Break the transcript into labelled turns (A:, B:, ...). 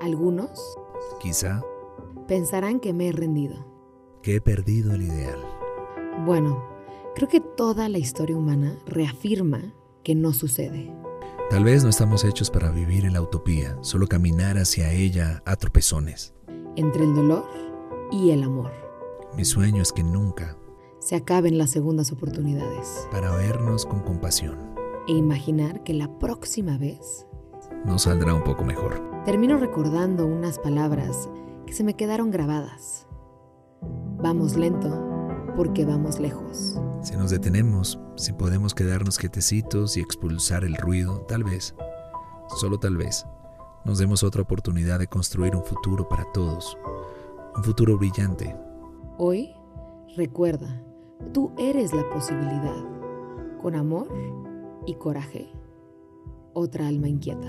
A: Algunos
B: Quizá
A: pensarán que me he rendido.
B: que he perdido el ideal.
A: Bueno, creo que toda la historia humana reafirma que no sucede.
B: Tal vez no estamos hechos para vivir en la utopía, solo caminar hacia ella a tropezones.
A: Entre el dolor y el amor
B: Mi sueño es que nunca,
A: se acaben las segundas oportunidades
B: para vernos con compasión,
A: e imaginar que la próxima vez
B: nos saldrá un poco mejor.
A: termino recordando unas palabras que se me quedaron grabadas. Vamos lento porque vamos lejos.
B: Si nos detenemos, si podemos quedarnos quietecitos y expulsar el ruido, tal vez, solo tal vez, nos demos otra oportunidad de construir un futuro para todos. Un futuro brillante,
A: Hoy, recuerda, tú eres la posibilidad, con amor y coraje. Otra alma inquieta.